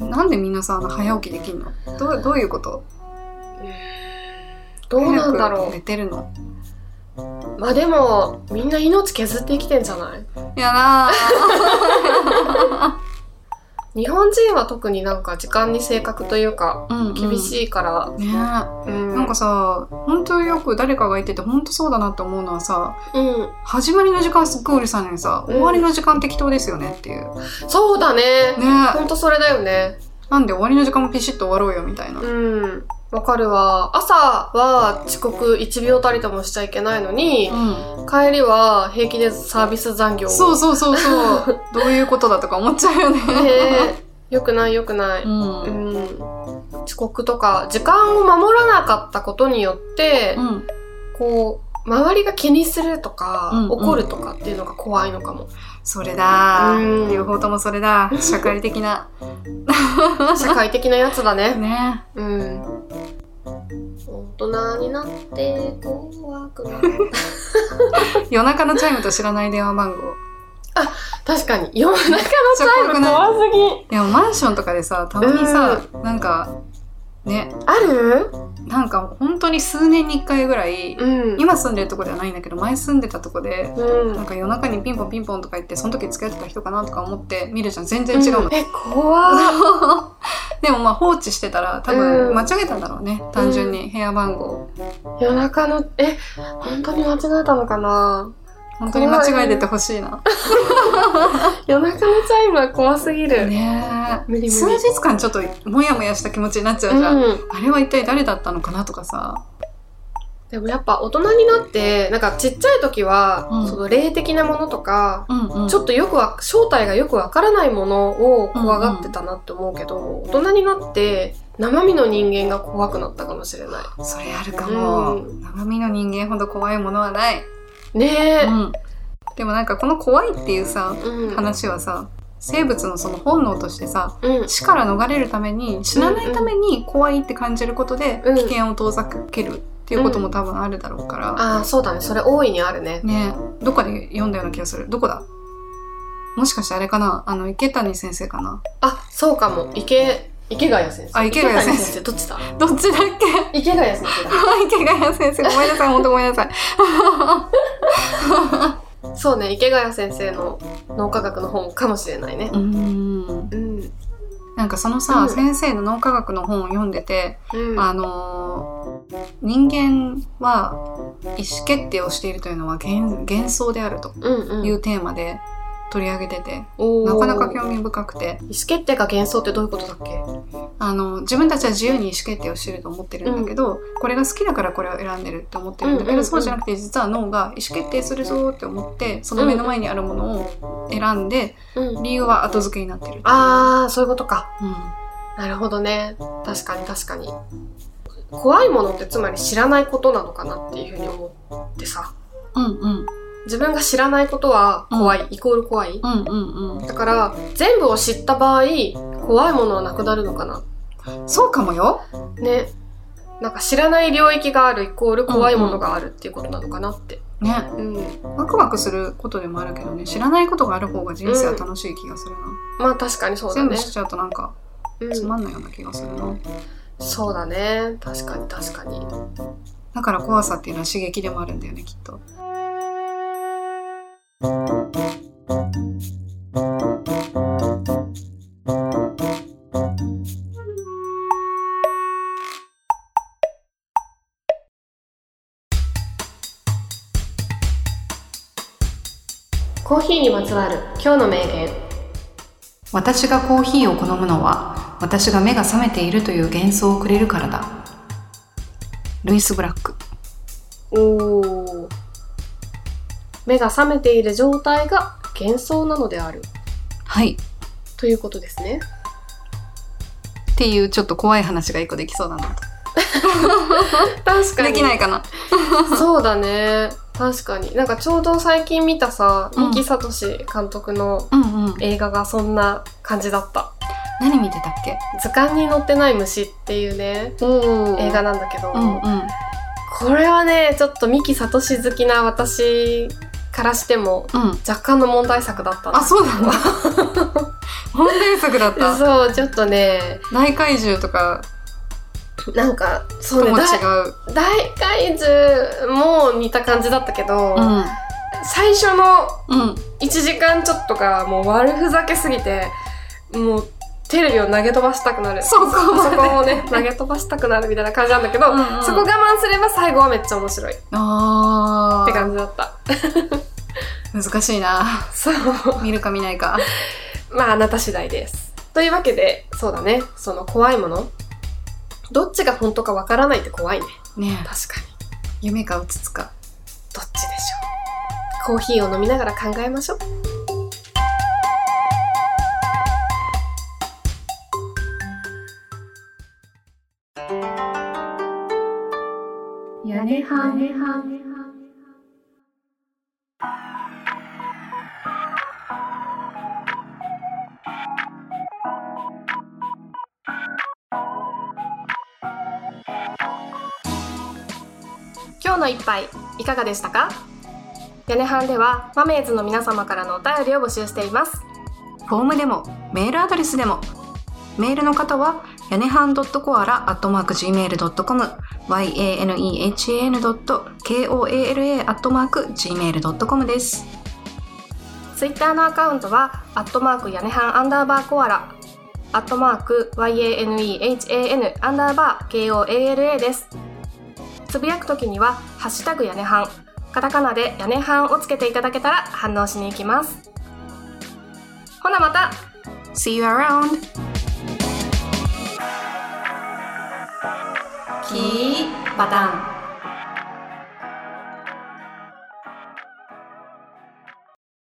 [SPEAKER 2] え、なんでみんなさあの早起きできんのどうどういうこと
[SPEAKER 1] どうなんだ
[SPEAKER 2] 早
[SPEAKER 1] ろ
[SPEAKER 2] く寝てるの
[SPEAKER 1] うまあでもみんな命削って生きてんじゃない
[SPEAKER 2] やだ
[SPEAKER 1] 日本人は特になんか時間に正確という <laughs> か
[SPEAKER 2] ー
[SPEAKER 1] 厳
[SPEAKER 2] い。
[SPEAKER 1] しいから、
[SPEAKER 2] ねえ、な
[SPEAKER 1] うん
[SPEAKER 2] んかさ本当よく誰かが言ってて本当そうだなって思うのはさ
[SPEAKER 1] うん、
[SPEAKER 2] 始まりの時間すっごいうるさいのにさ、
[SPEAKER 1] うん
[SPEAKER 2] 終わりの時間適当ですよねっていうね
[SPEAKER 1] そうだね
[SPEAKER 2] え
[SPEAKER 1] ほんとそれだよね
[SPEAKER 2] なんで終わりの時間もピシッと終わろうよみたいな、
[SPEAKER 1] うんわかるわ朝は遅刻1秒たりともしちゃいけないのに、
[SPEAKER 2] う
[SPEAKER 1] 帰りは平気でサービス残業
[SPEAKER 2] ん、そうそうそうそう
[SPEAKER 1] <laughs>
[SPEAKER 2] どういうことだとか思っちゃうよね、、
[SPEAKER 1] ねえよくないよくないう
[SPEAKER 2] ん
[SPEAKER 1] う
[SPEAKER 2] うん
[SPEAKER 1] ん遅刻とか時間を守らなかったことによって、こう周りが気にするとか、
[SPEAKER 2] うんうん
[SPEAKER 1] 怒るとかっていうのが怖いのかも
[SPEAKER 2] それだ
[SPEAKER 1] うん
[SPEAKER 2] 両方ともそれだ社会的な
[SPEAKER 1] 社会的なやつだね
[SPEAKER 2] ね
[SPEAKER 1] うん大人になって怖くなる
[SPEAKER 2] 夜中のチャイムと知らない電話番号
[SPEAKER 1] 確かに夜中のチャイム
[SPEAKER 2] めっちゃ
[SPEAKER 1] 怖すぎ
[SPEAKER 2] いやマンションとかでさたまにさ、なんかね
[SPEAKER 1] ある
[SPEAKER 2] なんか本当に数年に1回ぐらい、
[SPEAKER 1] うん
[SPEAKER 2] 今住んでるとこではないんだけど前住んでたとこで
[SPEAKER 1] うん
[SPEAKER 2] なんか夜中にピンポンピンポンとか言ってその時付き合ってた人かなとか思って見るじゃん全然違うの、
[SPEAKER 1] うんえ怖っ
[SPEAKER 2] <laughs> でもまあ放置してたら多
[SPEAKER 1] う
[SPEAKER 2] 分
[SPEAKER 1] ん
[SPEAKER 2] 間違えたんだろうね単純に部屋番号
[SPEAKER 1] 夜中のえ本当に間違えたのかな
[SPEAKER 2] 本当に間違えててほしいな
[SPEAKER 1] 夜中のチャイムは怖すぎる、
[SPEAKER 2] ね
[SPEAKER 1] 無理無
[SPEAKER 2] え
[SPEAKER 1] 理
[SPEAKER 2] 数日間ちょっとモヤモヤした気持ちになっちゃうじゃん、
[SPEAKER 1] うん
[SPEAKER 2] あれは一体誰だったのかなとかさ
[SPEAKER 1] でもやっぱ大人になってなんかちっちゃい時は、
[SPEAKER 2] うん
[SPEAKER 1] その霊的なものとか、
[SPEAKER 2] うんうん
[SPEAKER 1] ちょっとよくわ正体がよくわからないものを怖がってたなって思うけど、大人になって生身の人間が怖くなったかもしれな
[SPEAKER 2] それあるかも、
[SPEAKER 1] う
[SPEAKER 2] 生身の人間ほど怖いものはない、
[SPEAKER 1] いねえ、
[SPEAKER 2] うんでもなんかこの怖いっていうさ
[SPEAKER 1] うん
[SPEAKER 2] 話はさ生物のその本能としてさ
[SPEAKER 1] うん
[SPEAKER 2] 死から逃れるために死なないために怖いって感じることで
[SPEAKER 1] うん
[SPEAKER 2] 危険を遠ざけるっていうことも多分あるだろうから、
[SPEAKER 1] ああそうだねそれ大いにあるね
[SPEAKER 2] ねどっかで読んだような気がするどこだもしかしてあれかなあの池谷先生かな
[SPEAKER 1] あそうかも池池谷先生
[SPEAKER 2] あ池谷先生
[SPEAKER 1] どっちだ
[SPEAKER 2] どっちだっけ
[SPEAKER 1] 池谷先生だ
[SPEAKER 2] 池谷先生ごめんなさい本当ごめん
[SPEAKER 1] <laughs>
[SPEAKER 2] なさい
[SPEAKER 1] そうね池谷先生の脳科学の本かもしれないね
[SPEAKER 2] うーん
[SPEAKER 1] うん
[SPEAKER 2] なんかそのさ、
[SPEAKER 1] うん
[SPEAKER 2] 先生の脳科学の本を読んでて、
[SPEAKER 1] うん
[SPEAKER 2] あのー人間は意思決定をしているというのは幻幻想であると
[SPEAKER 1] うん
[SPEAKER 2] い
[SPEAKER 1] うん
[SPEAKER 2] うテーマで取り上げてて、
[SPEAKER 1] おー
[SPEAKER 2] なかなか興味深くて、
[SPEAKER 1] 意思決定が幻想ってどういうことだっけ
[SPEAKER 2] あの自分たちは自由に意思決定をしていると思ってるんだけど、これが好きだからこれを選んでるって思ってるんだけど、
[SPEAKER 1] うんうんうん
[SPEAKER 2] そうじゃなくて実は脳が意思決定するぞって思ってその目の前にあるものを選んで
[SPEAKER 1] うん、
[SPEAKER 2] 理由は後付けになってるっていう
[SPEAKER 1] ああそういうことか
[SPEAKER 2] うん
[SPEAKER 1] なるほどね確かに確かに怖いものってつまり知らないことなのかなっていうふうに思ってさ
[SPEAKER 2] うんうん
[SPEAKER 1] 自分が知らないことは怖い、イコール怖い
[SPEAKER 2] うんうん
[SPEAKER 1] だから全部を知った場合怖いものはなくなるのかな
[SPEAKER 2] うんそうかもよ
[SPEAKER 1] ねなんか知らない領域があるイコール怖いものがあるっていうことなのかなって
[SPEAKER 2] ね
[SPEAKER 1] うん、
[SPEAKER 2] ワクワクすることでもあるけどね知らないことがある方が人生は楽しい気がするな、
[SPEAKER 1] まあ確かにそうだ
[SPEAKER 2] 全部
[SPEAKER 1] ね
[SPEAKER 2] 知っちゃうとなんか
[SPEAKER 1] う
[SPEAKER 2] つま
[SPEAKER 1] ん、
[SPEAKER 2] んないような気がするな、
[SPEAKER 1] そうだね確かに確かに
[SPEAKER 2] だから怖さっていうのは刺激でもあるんだよねきっと
[SPEAKER 1] 偽る今日の名言
[SPEAKER 2] 私がコーヒーを好むのは私が目が覚めているという幻想をくれるからだルイス・ブラック
[SPEAKER 1] おお目が覚めている状態が幻想なのである
[SPEAKER 2] はい
[SPEAKER 1] ということですね
[SPEAKER 2] っていうちょっと怖い話が一個できそうだなと
[SPEAKER 1] 確
[SPEAKER 2] でき <laughs> ないかな
[SPEAKER 1] そうだね確かになんかちょうど最近見たさ
[SPEAKER 2] うん
[SPEAKER 1] 三木聡監督の
[SPEAKER 2] うんうん
[SPEAKER 1] 映画がそんな感じだった
[SPEAKER 2] 何見てたっけ
[SPEAKER 1] 「図鑑に載ってない虫」っていうね
[SPEAKER 2] お
[SPEAKER 1] 映画なんだけど、
[SPEAKER 2] うんうん
[SPEAKER 1] これはねちょっと三木聡好きな私からしても
[SPEAKER 2] うん
[SPEAKER 1] 若干の問題作だった
[SPEAKER 2] あそうなん <laughs> だ本題作だっ
[SPEAKER 1] う
[SPEAKER 2] た
[SPEAKER 1] そうちょっとね
[SPEAKER 2] 大怪獣とか
[SPEAKER 1] なんかそ
[SPEAKER 2] と
[SPEAKER 1] うね
[SPEAKER 2] も違
[SPEAKER 1] だ
[SPEAKER 2] う
[SPEAKER 1] 大怪獣も似た感じだったけど、
[SPEAKER 2] うん
[SPEAKER 1] 最初の
[SPEAKER 2] うん
[SPEAKER 1] 1時間ちょっとがもう悪ふざけすぎてもうテレビを投げ飛ばしたくなる
[SPEAKER 2] そこまで
[SPEAKER 1] そこをね投げ飛ばしたくなるみたいな感じなんだけど、
[SPEAKER 2] うんうん
[SPEAKER 1] そこ我慢すれば最後はめっちゃ面白いっ
[SPEAKER 2] あ
[SPEAKER 1] て
[SPEAKER 2] ー
[SPEAKER 1] 感じだった
[SPEAKER 2] 難しいな
[SPEAKER 1] そう
[SPEAKER 2] 見るか見ないか
[SPEAKER 1] まああなた次第ですというわけでそうだねその怖いものどっちが本当かわからないって怖いね
[SPEAKER 2] ねえ
[SPEAKER 1] 確かに
[SPEAKER 2] 夢かうつつか
[SPEAKER 1] どっちでしょうコーヒーを飲みながら考えましょう
[SPEAKER 2] 屋根はねは
[SPEAKER 1] 今日の一杯いかがでしたか屋根班ではマメーズの皆様からのお便りを募集しています
[SPEAKER 2] フォームでもメールアドレスでもメールの方はやねはん .coala.gmail.com yanehan.koala.gmail.com です
[SPEAKER 1] ツイッターのアカウントは、アットマーク屋根半アンダーバーコアラ、アットマーク YANEHAN アンダーバー KOALA です。つぶやくときには、ハッシュタグ屋根半、カタカナで屋根半をつけていただけたら反応しに行きます。ほなまた
[SPEAKER 2] See you around!
[SPEAKER 1] キーパターン